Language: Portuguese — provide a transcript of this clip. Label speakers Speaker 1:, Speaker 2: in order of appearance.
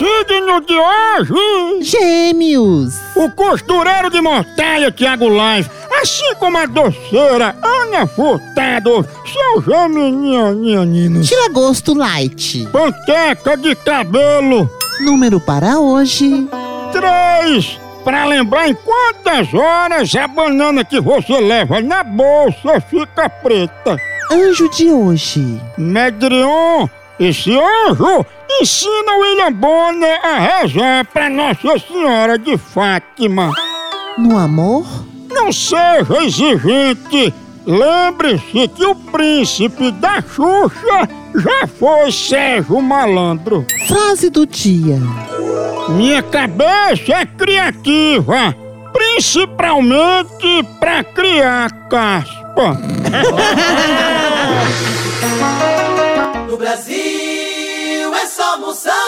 Speaker 1: Menino de hoje!
Speaker 2: Gêmeos!
Speaker 1: O costureiro de montanha, Tiago Lange, assim como a doceira Ana Furtado, são geminianinos.
Speaker 2: Tira gosto light.
Speaker 1: Panqueca de cabelo,
Speaker 2: Número para hoje.
Speaker 1: três, pra lembrar em quantas horas a banana que você leva na bolsa fica preta.
Speaker 2: Anjo de hoje.
Speaker 1: Medrion, esse anjo ensina o William Bonner a rezar pra Nossa Senhora de Fátima.
Speaker 2: No amor.
Speaker 1: Não seja exigente. Lembre-se que o príncipe da Xuxa já foi Sérgio Malandro.
Speaker 2: Frase do dia.
Speaker 1: Minha cabeça é criativa, principalmente pra criar caspa.
Speaker 3: No Brasil é só moção.